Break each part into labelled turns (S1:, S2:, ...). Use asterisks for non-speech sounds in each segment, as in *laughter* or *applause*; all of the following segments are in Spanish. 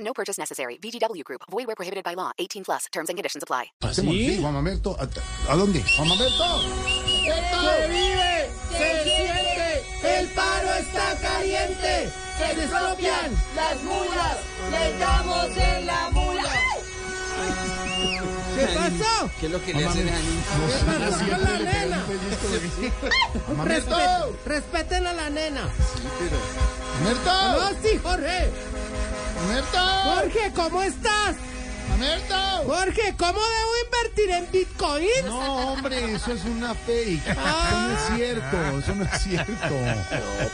S1: No purchase necessary. VGW Group. Void where prohibited by law. 18 plus. Terms and conditions apply.
S2: ¿Sí? Sí, Juan Mamerto, ¿a, a dónde? Juan Mamerto.
S3: Se vive, se siente, el paro está caliente, se expropian las mulas, les damos en la mula. ¿Qué pasó?
S4: ¿Qué es lo que le hacen a
S3: ¿Qué pasó con la nena? Respe- respeten a la nena. No,
S2: Mamerto,
S3: sí, Jorge.
S2: Mamerto,
S3: Jorge, ¿cómo estás?
S2: Mamerto.
S3: Jorge, ¿cómo debo invertir en Bitcoin?
S2: No, hombre, eso es una *laughs* fake. Eso no es cierto, eso no es cierto.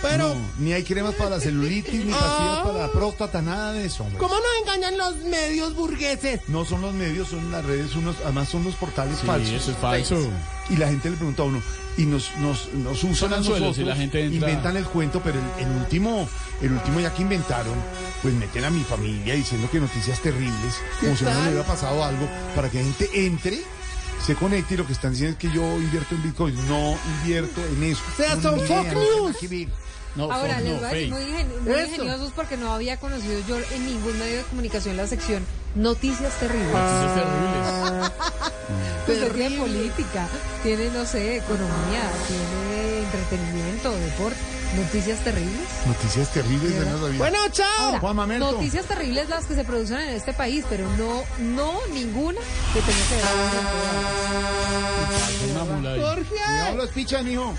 S3: pero-
S2: No, ni hay cremas para la celulitis, ni pastillas para la próstata, nada de eso, hombre.
S3: ¿Cómo nos engañan los medios burgueses?
S2: No son los medios, son las redes, unos, además son los portales falsos.
S5: eso es falso.
S2: Y la gente le pregunta a uno, y nos, nos, nos usan
S5: Son
S2: a
S5: anzuelos,
S2: nosotros,
S5: y la gente entra-
S2: inventan el cuento, pero el, el último, el último ya que inventaron, pues meten a mi familia diciendo que noticias terribles, como si no
S3: tal?
S2: me hubiera pasado algo, para que la gente entre, se conecte y lo que están diciendo es que yo invierto en Bitcoin, no invierto en eso.
S3: O sea,
S2: No,
S3: son
S2: ni
S3: fake
S2: idea, no tiene nada
S3: news.
S2: que ver.
S5: No,
S6: Ahora,
S5: son-
S6: les
S5: no,
S6: voy a decir
S5: fake.
S6: muy, ingen- muy
S3: Eso.
S6: ingeniosos porque no había conocido yo en ningún medio de comunicación la sección Noticias Terribles.
S5: Ah.
S6: Pues
S5: Noticias terribles.
S6: *laughs* Usted tiene política, tiene, no sé, economía, tiene entretenimiento, deporte. Noticias Terribles.
S2: Noticias terribles de la vida.
S3: Bueno, chao.
S6: Ahora,
S2: Juan Mamerto.
S6: noticias terribles las que se producen en este país, pero no, no ninguna que tenga que ver con
S5: Ah. Una mula ahí.
S2: Cuidado
S3: Jorge.
S2: los pichas, mijo.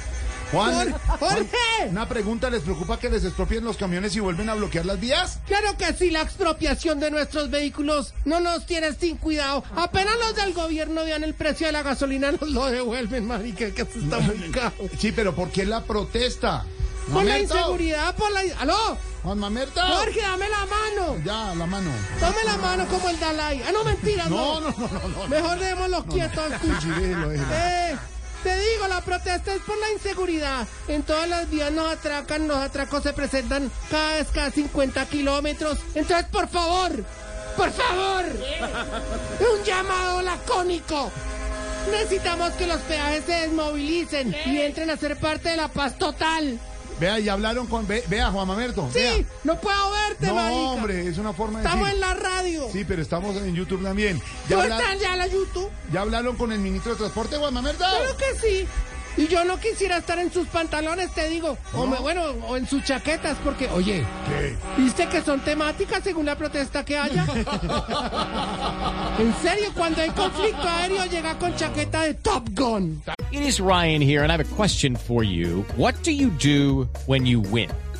S2: Juan, Juan,
S3: Jorge.
S2: una pregunta, ¿les preocupa que les expropien los camiones y vuelven a bloquear las vías?
S3: Claro que sí, la expropiación de nuestros vehículos no nos tiene sin cuidado. Apenas los del gobierno vean el precio de la gasolina, nos Pues lo devuelven, marica, que esto está muy caro.
S2: Sí, pero ¿por qué la protesta?
S3: Por la
S2: Mamerto,
S3: inseguridad, por la... ¡Aló!
S2: Juan Mamerto.
S3: Jorge, dame la mano.
S2: Ya, la mano.
S3: Dame la mano como el Dalai. Ah, no, mentira,
S2: No,
S3: no.
S2: no, no, no, no.
S3: Mejor dejémoslo quieto.
S2: Sí, déjelo, déjelo.
S3: Eh, te digo, la protesta es por la inseguridad. En todas las vías nos atracan, los atracos se presentan cada vez cada 50 kilómetros. Entonces, por favor, por favor, un llamado lacónico. Necesitamos que los peajes se desmovilicen y entren a ser parte de la paz total.
S2: Vea, y hablaron con. ve- vea, Juan Mamerto.
S3: Sí,
S2: vea.
S3: no puedo verte,
S2: No,
S3: marica.
S2: hombre, es una forma de.
S3: Estamos
S2: decir.
S3: en la radio.
S2: Sí, pero estamos en YouTube también.
S3: ¿Tú
S2: Ya, habla-
S3: estás ya en la YouTube?
S2: ya hablaron con el ministro de Transporte, Juan Mamerto.
S3: Claro que sí. Y yo no quisiera estar en sus pantalones, te digo. O me- bueno, o en sus chaquetas, porque, oye,
S2: ¿Qué?
S3: ¿viste que son temáticas según la protesta que haya? en serio, cuando hay conflicto aéreo llega con chaqueta de Top Gun.
S7: It is Ryan here, and I have a question for you. What do you do when you win?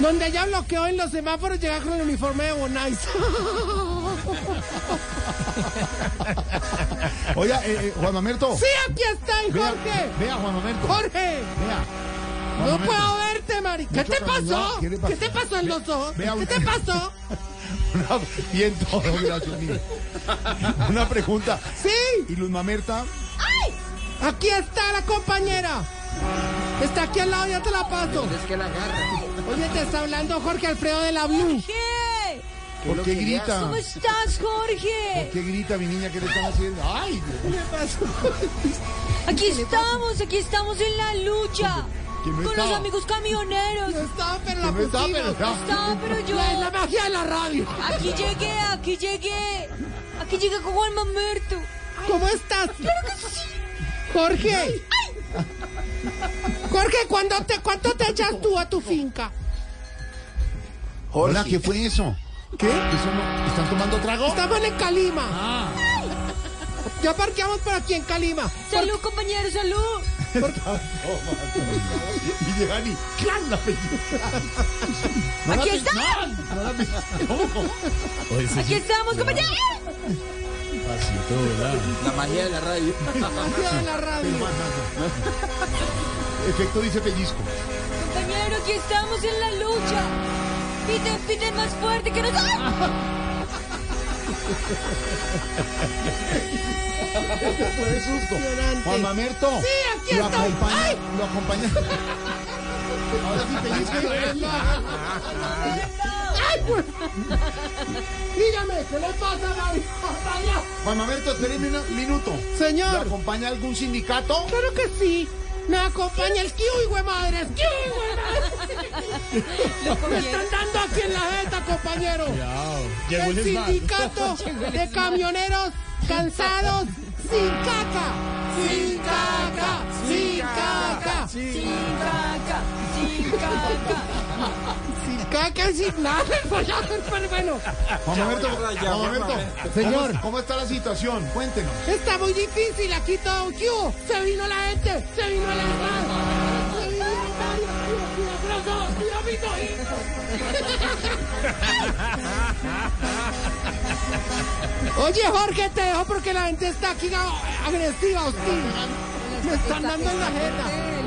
S3: Donde haya bloqueo en los semáforos, llega con el uniforme de Bonais. *laughs*
S2: Oiga, eh, eh, Juan Mamerto.
S3: sí, aquí estoy,
S2: Vea,
S3: Jorge.
S2: Vea, Juan Mamerto.
S3: Jorge.
S2: Vea. Juan
S3: No
S2: Mamerto.
S3: puedo
S2: *laughs*
S3: verte, marica. ¿Qué
S2: Mucho
S3: te pasó?
S2: calor. ¿Qué le pasó?
S3: ¿Qué te pasó en los ojos?
S2: vea
S3: ¿Qué
S2: un-
S3: te pasó?
S2: Bien todo, gracias,
S3: *laughs*
S2: mire. Una pregunta.
S3: Sí,
S2: ¿Y Luz Mamerta?
S3: aquí está la compañera. Está aquí al lado, ya te la paso.
S4: Es que la agarra.
S3: Oye, te está hablando Jorge Alfredo de la Blue.
S6: ¿Qué?
S2: ¿Por qué grita?
S6: estás, Jorge?
S2: ¿Qué grita, mi niña? ¿Qué le están haciendo? ¡Ay!
S6: Aquí estamos, aquí estamos en la lucha.
S2: Que no Con los estaba. amigos
S6: camioneros.
S3: No estaba, pero la
S2: No está, pero
S3: pusimos.
S2: está.
S6: pero
S3: La- Es la magia de la radio.
S6: Aquí llegué, aquí llegué. Aquí llegué con Juan Mamerto.
S3: ¿Cómo estás?
S6: Claro que sí.
S3: Jorge. Jorge, ¿cuándo te, ¿cuánto te echas tú a tu finca?
S2: Hola, ¿qué fue eso? ¿Qué? Eso no- ¿Están tomando trago?
S3: Estamos en Calima.
S5: Ah,
S3: Ya parqueamos por aquí en Calima.
S6: Salud, compañero, salud.
S2: Y llegan y ¡clan! la película. No la
S6: Aquí
S2: pe-
S6: están.
S2: no la pe- ¿Cómo?
S5: oye, sí,
S6: Aquí
S5: sí,
S6: estamos, compañero.
S5: pasito, ¿verdad?
S4: La magia de la radio.
S3: Porque de la radio.
S2: Efecto dice pellizco.
S6: Compañero, aquí estamos en la lucha. Piten, piten más fuerte que nosotros.
S2: Fue de susto.
S3: Impresionante.
S2: Juan Mamerto.
S3: Sí, aquí
S2: lo
S3: estoy.
S2: Acompaña,
S3: ¡Ay!
S2: Lo acompaña. *laughs* Ahora sí
S3: *laughs*
S2: pellizco.
S3: ¡Ay, pues! Dígame, ¿qué le pasa a David? Vaya.
S2: Juan Mamerto, espéreme un minuto. ¿Lo
S3: Señor,
S2: acompaña algún sindicato?
S3: claro que sí. Me acompaña el kiwi, güey, madre. ¡Kiwi, güey, madre! Me están dando aquí en la jeta, compañero.
S5: Cuidado. Llegó
S3: El
S5: el esmalte.
S3: sindicato de camioneros cansados sin caca. Sin caca, sin caca, sin caca, sin caca. Sin caca, sin nada. *laughs* Bueno,
S2: Juan Mamerto,
S4: ya,
S2: Juan Mamerto.
S3: Señor.
S2: ¿cómo, cómo está la situación? Cuéntenos.
S3: Está muy difícil aquí todo. ¿Qué hubo? Se vino la gente, se vino la gente. Se vino la gente. Mira, mira, mira, mira, mira. Oye, Jorge, te dejo porque la gente está aquí a- agresiva, hostil. Me están dando en la jeta.
S6: El